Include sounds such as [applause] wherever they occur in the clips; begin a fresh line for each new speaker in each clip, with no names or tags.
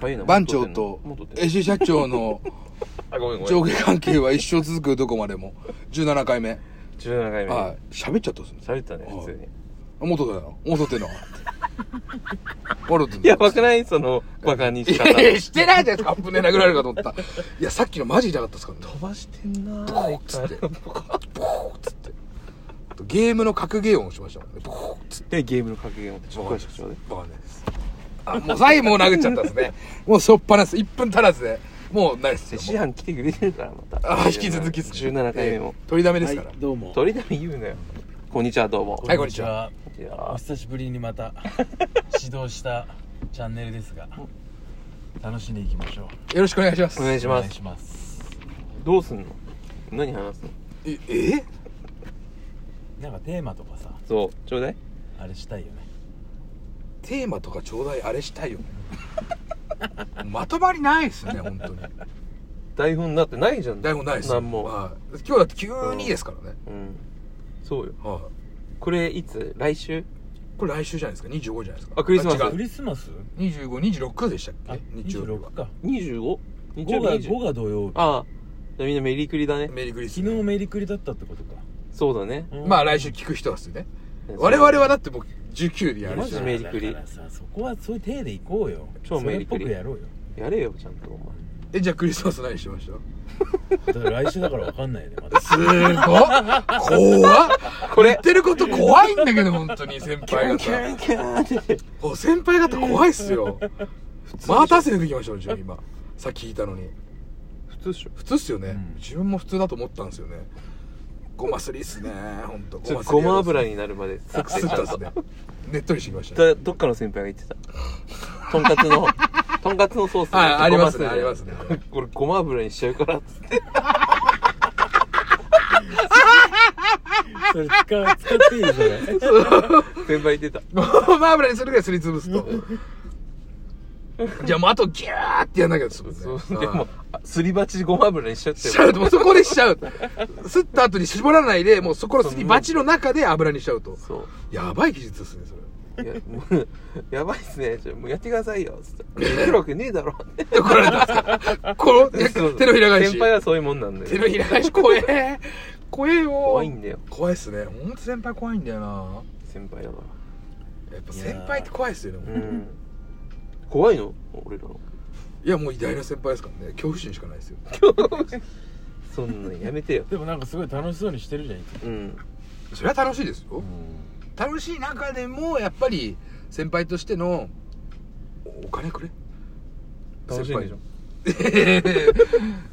かいな
番長と
元ってんの
江氏社長の
あごめんご
上
めん
下関係は一生続くどこまでも17回目
17回目
はい喋っちゃったっすね
喋ったね普通に
元だよ元ってのは元っての
やばくないそのバカにし
い
方
やいや
飛
してないじゃないですか危ねえ殴られるかと思ったいやさっきのマジ痛かったっすからね
ばしてんな
ボ
ー
ーっつってボーっつってゲームの格ゲー音しましたもんねボーっつって
でゲームの格言をちょっと口調で
バカねですあもう最後もう殴っちゃったですねもうしょっぱなです1分足らずでもうないっす
で
よ
師範来てくれてるからまた
あ引き続きっす
17回目も
ええ取りだめで
は
すから、
い、どうも。
鳥谷言うなよこんにちはどうも
はいこんにちは。
いや
お
ー
久しぶりにまた指導したチャンネルですが、楽しんでいきましょう。
よろしくお願いします
お願いし
お
ま
願い
す
します。
どうすんの何話すの
ええ
なんかテーマとかさ、
そうちょうだい
あれしたいよね。
テーマとかちょうだいあれした [laughs] いよねまとまりないですね本当に
台本だってないじゃん
台本ないです
なんも、
はい、今日だって急にですからね、
うんそうよ
はい、
これいつ来週
これ来週じゃないですか25じゃないですか
あクリスマス
あ違
ク
う
リスマス？
2526でしたっ
あ
け、日曜日は
26か。
25日
5
曜
が
日
5
20
が土曜日。
ああじゃあみんなメリークリだね
メリークリス
昨日メリクリだったってことか。
そうだね
うん
まあ来週聞く人はですね我々はだってもう19でやる
マ
し
ジメリクリ
だからさ、そこはそういう体でいこうよ。
超メリクリ
それっぽくやろうよ。
やれよちゃんとお前
えじゃあクリスマス何してました
だから来週だからわかんないよね。
[laughs]
まだ
すごっ怖っ
これ
言ってること怖いんだけど本当に先輩
キャ
方
ンキャンキャンって
お先輩方怖いっすよ待たせてきましたよ自分今さっき聞いたのに
普通っしょ
普通っすよね、
うん
自分も普通だと思ったんですよねごますりっすね本当
ちょっとごま油
に
になるまで作って
吸
ち
っ
ゃ
た
ん
っす
と
ね [laughs] ねっとりしてきました
だ
ね
どっかの先輩が言ってたとんかつ
[laughs]
のとんかつのソース
はいありますね
ご
ありますね
これごま油にしちゃうからっつって
それ使う使っていいよそれ。
先輩言ってた
ごま油にするぐらいすりつぶ
[laughs]
すと。じゃあもうあとギューってやんなきゃですもんね。
そうで
はい
もあすり鉢ごま油にしちゃって
しちゃうと、もうそこでしちゃう。吸った後に絞らないで、もうそこのすり鉢の中で油にしちゃうと。
そ
やばい技術ですね、それ。
ういやもうやばいっすねちょもうやってくださいよつ
[laughs]
ってできるわけねえだろ
って怒られたんですかこの手
そう
手のひら返し。
先輩はそういうもんなんだ
手
よ
のひら返し怖え。怖えよ。
怖いんだよ
怖いっすね。ほんと先輩怖いんだよな。
先輩だか
やっぱ先輩って怖いっすよ
ら
ね。
うん怖いの俺らの
いや、もう偉大な先輩ですからね。恐怖心しかないですよ。
そんなんやめてよ
[laughs] でもなんかすごい楽しそうにしてるじゃんいつも。
うん
それは楽しいですよ。楽しい中でもやっぱり先輩としてのおお金くれ
楽しいんでしょ
先輩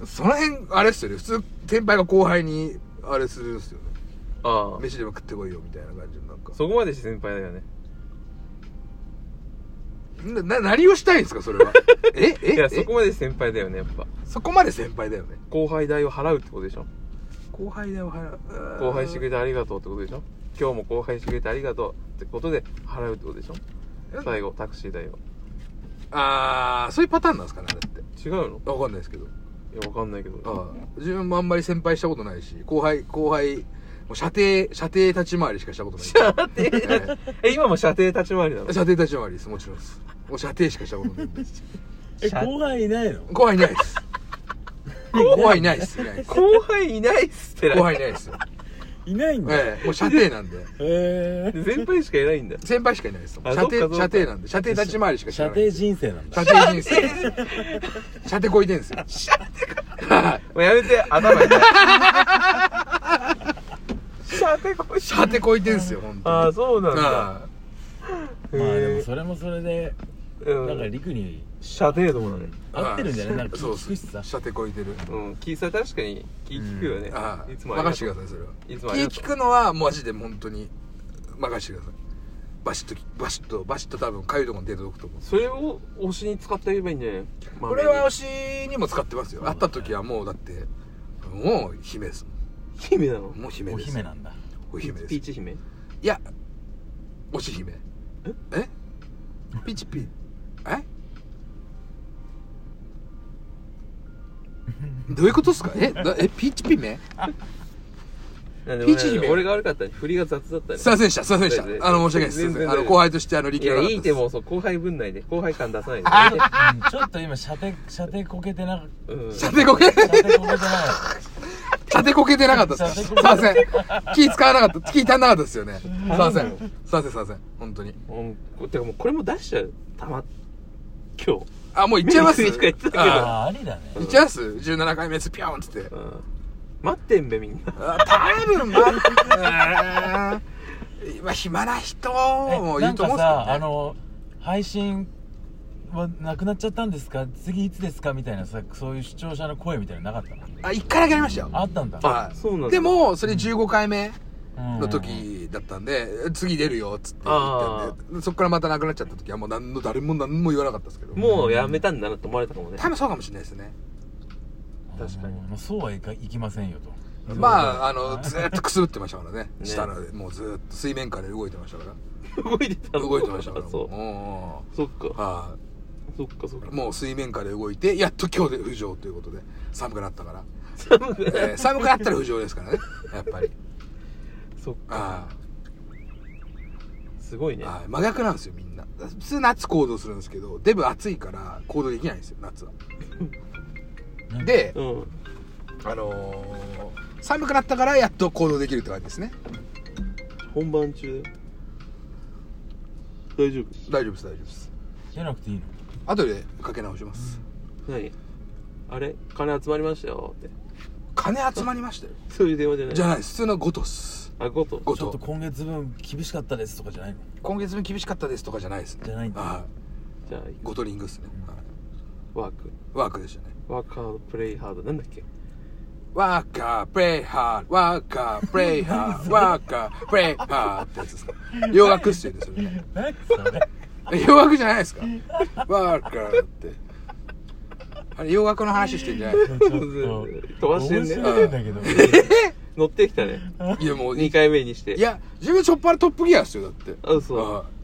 その辺あれっすよね普通先輩が後輩にあれするんですよね
ああ
飯でも食ってこいよみたいな感じのなんか
そこまでして先輩だよね
なな何をしたいんですか
[laughs]
それはええ
いや
え
そこまでして先輩だよねやっぱ
そこまで先輩だよね
後輩代を払うってことでしょ
後輩だよは
後輩してくれ
れ
てありがとうってことでしょ今日も後輩してくれてありがとうってことで払うってことでしょ最後タクシー代を
ああそういうパターンなんですかねあれって
違うの
わかんないですけど
いやわかんないけど
ああ自分もあんまり先輩したことないし後輩後輩もう射程射程立ち回りしかし
[laughs]
たことない射程
え今も射程立ち回りなの
射程立ち回りですもちろんですもう射程しかしたことないんです
え後輩いないの？
後輩いないです後輩いな
[laughs]
いですいないです
後輩いないっすって
後輩いないですよ
いないんだ。
ええもう射程なんで
へえ。
先輩しかいないんだ
先輩しかいないですもん
あ
射
そっ
程
かそっ
射
か
程なんで射程立ち回りしか知ら
射
ない
程人生なんだ。
射程人生射程超えてんすよ
もうやめて頭 [laughs] 痛い射程こい
射程超えてんすよ本当に
ああそうなんだ
ああ
へ
まあでも
え
それもそれで、
うん
なんか陸に
射程度もだね
合ってるんじゃないなんか
そう
聞
っす
くしさ。
射程超えてる
うん気さ確かに気聞くよね
ああ
いつもありが
任せ
と
て
う
くださいそれはい
つもあり
気
がと
聞
う
くのはマジで本当に任せてくださいバシッとバシッとバシッと多分かゆいとこに出ておくと思う
それを推しに使ってあげればいいんじゃない
これは
し
推しにも使ってますよ会った時はもうだってもう姫です
姫なの
もう姫
お
です
姫なんだ。
お姫です
ピー
い
チ姫
や推し姫えピチピえどういうことっすかえだえピーチピメ
なんで
ピーチ姫
俺俺が悪かったね振りが雑だったね
すいませんでした、すいませんで
全
し
然
た。あの、申し訳ないです。すい
全然
ま
全
せんあの、
然
後輩として、あの、
い
力
や
がなか
い
っ
い
た
て
です。
もうそう後輩分内で後輩感出さないで
うんちょっと今射程射程こけてなかっ
うん
射程こけ、
た射程こけてなかっ
射程こけてなかったです。すいません。気使わなかった。気足んなかったですよね。すいません。すいません、すいません。本当に。
うんこてかもうこれも出しちゃうたま今日
あ、もう行っちゃいます
メイ [laughs] クしか言ってたけど
た
あ
ああーありだね
ー行っちゃいます ?17 回目です、ピョーンっつって
う。ん待ってんべみんな
あ食べるまあ今暇な人もい
えな
る
ん
と思うんですけ
か
ど、
さ
ね、
あの配信はなくなっちゃったんですか次いつですかみたいなさそういう視聴者の声みたいなのなかったの
あ一回だけありましたよ
あったんだ
は
そうなんだ
でもそれ15回目
うん
の時だったんで、次出るよっつって言
あ
ったんでそっからまたなくなっちゃった時はもう何の誰も何も言わなかったですけど
もうやめたんだなって思われたかもね
多分そうかもしれないですね
確かに
うんまあそうはいかいきませんよと
まああ
は
の
い
ずーっとくすぶってましたからね
ね
下のもうずーっと水面下で動いてましたか
動いてた
ら
の
動いてましたか
[laughs]
ら
そう
もう
そっか
はい
そっかそっか
もう水面下で動いてやっと今日で浮上ということで寒くなったから
寒く
えー寒くなったら浮上ですからねやっぱり
そっか
あ
すごいね
あああ真逆なんですよみんな普通夏行動するんですけどデブ暑いから行動できないんですよ夏は
うん
で
うん
あのー寒くなったからやっと行動できるって感じですね
本番中だよ大丈夫
大丈夫です大丈夫です
じゃなくていいの
後でかけ直します
何あれ金集まりましたよって
金集まりましたよ
そういう電話じゃない
じゃないです普通の5とっす
あごと
5
ちょっと
と
今月分厳しかったですとかじゃないの
今月分厳しかったですとかじゃないです
じ
ね
ゃないんだ
はい
じゃあ
5とリングっすね、はい
ワーク
ワークでしたね
ワークハードプレイハードなんだっけ
ワーカー、プレイハード、ワーカー、プレイハード、ワーカー、プレイハードってやつですか。洋楽っすよね、それね。
何それ
洋楽じゃないですか。ワーカーって。あれ、洋楽の話してんじゃない
ちょっ
飛ばしてんね
面白いんだけど
乗ってきたね
いや、もう、
2
い
回目にして
や、自分ちょっぱらトップギアっすよ、だって。
あ嘘
はい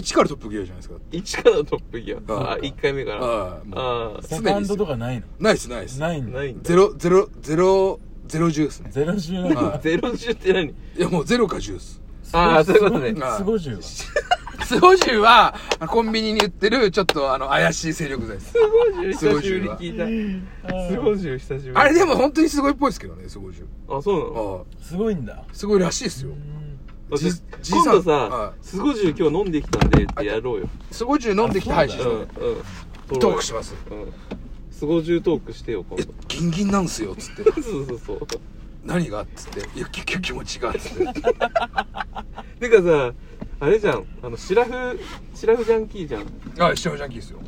一からトップギアじゃないですか。
1からのトップギア
あ
あ1回目から
ああもう
あ
セカンドとかないの
ナイス、ナイス。
ないんだ
ないんだ
ゼロ、ゼロ、ゼロ、ゼロジュースね。
ゼロ中なんだ
は
ゼロ十って何
いや、もうゼロかジュース。
ああそういうことね
ああ
すごい重要
ゼロジュは、コンビニに売ってる、ちょっとあの、怪しい精力剤です。
スゴジュ
ス
久
ゴジ
しぶ
ュ
り
は
聞いたス
す
ゴジュ久しぶり
あれでも本当にすごいっぽいですけどね、すごい中。
あそうなの
ああ、
すごいんだ
すごいらしいですよ
う。ん
だって
じじい
今
さん
度さ
は
スゴジュ今日飲んできたんでってやろうよ
すごい中飲んできて配信
う
し
ん
て
うん
ね
撮ろ
ト
う
ー
よ
クします。
うんスゴジュトークしてよ今
え
度、
ギンギンなんすよ、つって。
そうそうそう
何がっつって。いや、きき気持ちが、つって。
てかさあれじゃんあのシラフシラフジャンキーじゃん
ああ、視聴者キーですよ。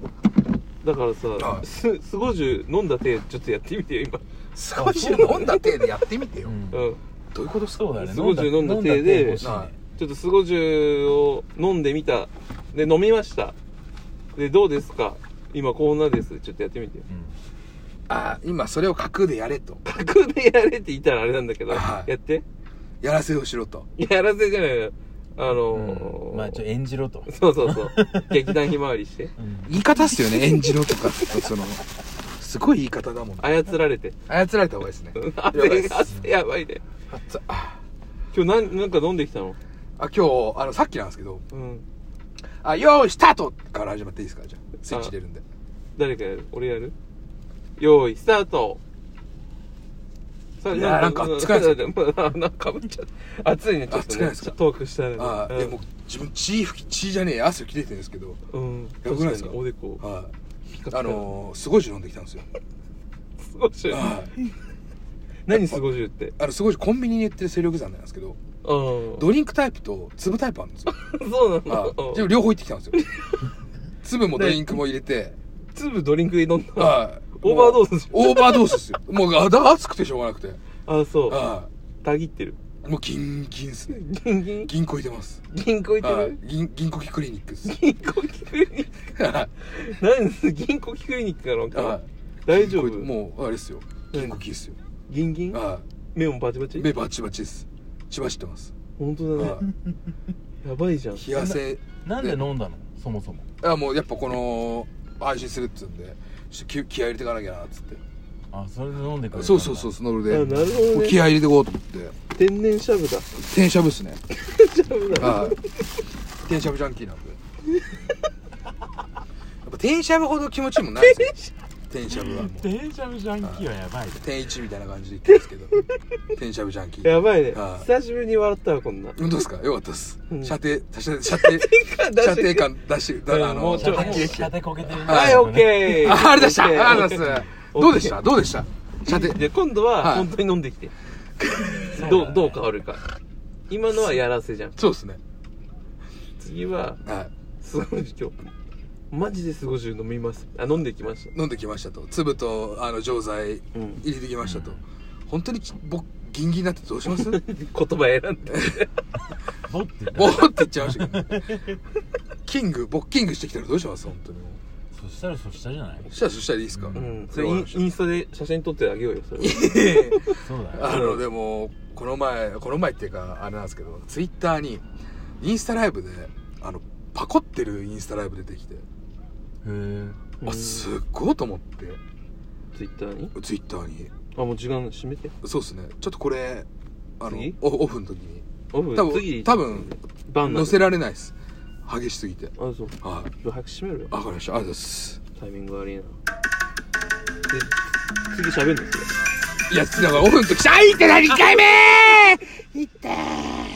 だから
は
さ
い
すスゴジュ飲んだ手ちょっとやってみてよ今
すごい中飲んだ手でやってみてよ
う。ん
うん
どういうことっすか
そうだね
すごい重要飲んだ手で
飲んだ手欲しいね
はい
ちょっとスゴジュを飲んでみたで飲みましたでどうですか今こんなですちょっとやってみてよ
うん
ああ、今それを架空でやれと。
架空でやれって言ったらあれなんだけど、
はい
やって
やらせをしろと。
やらせじゃないよあのー
まあちょ演じろと
そうそうそう [laughs] 劇団ひまわりして
うん
言い方っすよ [laughs] ね、演じろとかって、その、すごい言い方だもん。
操られて
操られた方がいいですね。ばいっ
汗
す
汗やばいね
あつあ
今日なんなんか飲んできたの
あ今日、あの、さっきなんですけど、
うん
あ、よーい、スタートから始まっていいですかじゃあ、スイッチ入れるんで。
誰かやる俺やる用意スタートさ
いやなんか暑く
なんか [laughs] なんかぶっちゃった暑いねちょっと
暑くない
ね
ですか
ちょっとトークしたらね
あ
うん
いやもう自分血吹き血じゃねえ汗切れてるんですけど
うん
やばくないですか
確におでこ
はい
カピカ
あのー、すごい汁飲んできたんですよ
すごいし
はい
何すごじゅうって
あのすごい汁コンビニに売ってる精力剤なんですけど
うんそ
ドリンクタイプと粒タイプあるんですよ
うな
はい
の
自分両方行ってきたん
[laughs]
ですよ粒もドリンクも入れて
粒ドリンクで飲んだ
はい
オーバードーズです
オーバードーズですよもうあだ熱くてしょうがなくて
あそう
は
たぎってる
いもうギンギンっすね
銀銀
銀行いてます
銀行いて
はい
る
銀銀行きクリニック
[laughs]
です
銀行機クリニッ
は
ク何です銀行機クリニックなの
いは
か
い
大丈夫
銀行いてもうあれですよ銀行きですよ
銀銀
はい
目もバチバチ
目バチバチです血走ってます
本当だね
は
やばいじゃん
い冷や汗
なんで飲んだのそもそも
あもうやっぱこの配信するっつうんでちょっと気気合い入れてかなきゃなっつって
あそれで飲んでくれたんだ
そうそうそうスノールで
あなるほどね
もう気合い入れてこうと思って
天然しゃ
[laughs]
ぶだ
天しゃぶっすね
しゃぶだ
はい天しゃぶジャンキーなんでやっぱ天しゃぶほど気持ちいいもんな
[laughs]
いですよ天しゃぶはもう
電車のジャンキーはやばいで
天一みたいな感じで言ってますけど天しゃぶジャンキー
やばいね
はい
久しぶりに笑ったわこんな
本当ですかよかったです、
うん
射程射程射程射程感出して
うん
だあの
もうちょ
射
っと
発揮で
的
きて
射的こけてる
はいオッケー
ああれでし
オ
た
ッケー
ありがとうございますどうでしたどうでした射程
で今度
は
はい本当に飲んできて、
そう
ど
だ
う
ね
どう変わるか今のはやらせじゃん
そうですね
次は
は
すごい今日マジでスゴジュ飲みますあ飲んできまし
い飲んできましたと粒とあの錠剤
たうん
入れてきましたと本当にき僕ギンギンになってどうします
言葉選んで
ボって言った
ボーって言っちゃいましたけどキングボッキングしてきたらどうします本当に
そしたらそしたじゃない
そしたらそしたらいいですか、
うん
うんそ
それ
れイ
は
ンインスタで写真撮ってあげようよそれは
そうだよ
[laughs] あのでもこの前この前っていうかあれなんですけどツイッターにインスタライブであのパコってるインスタライブ出てきて、
へえ
あすっごいと思って
ツイッターに
ツイッターに
あもう時間閉めて
そうですねちょっとこれあの
次
オオフの時に
オフ
多分
次
多分
バンナ
載せられないです激しすぎて
あそう
はい
ちょ早く閉めるよ
あわかりましたありがとうございます
タイミング悪いなで次喋るんですよ
いやだからオフの時「あいって何回目!」いってー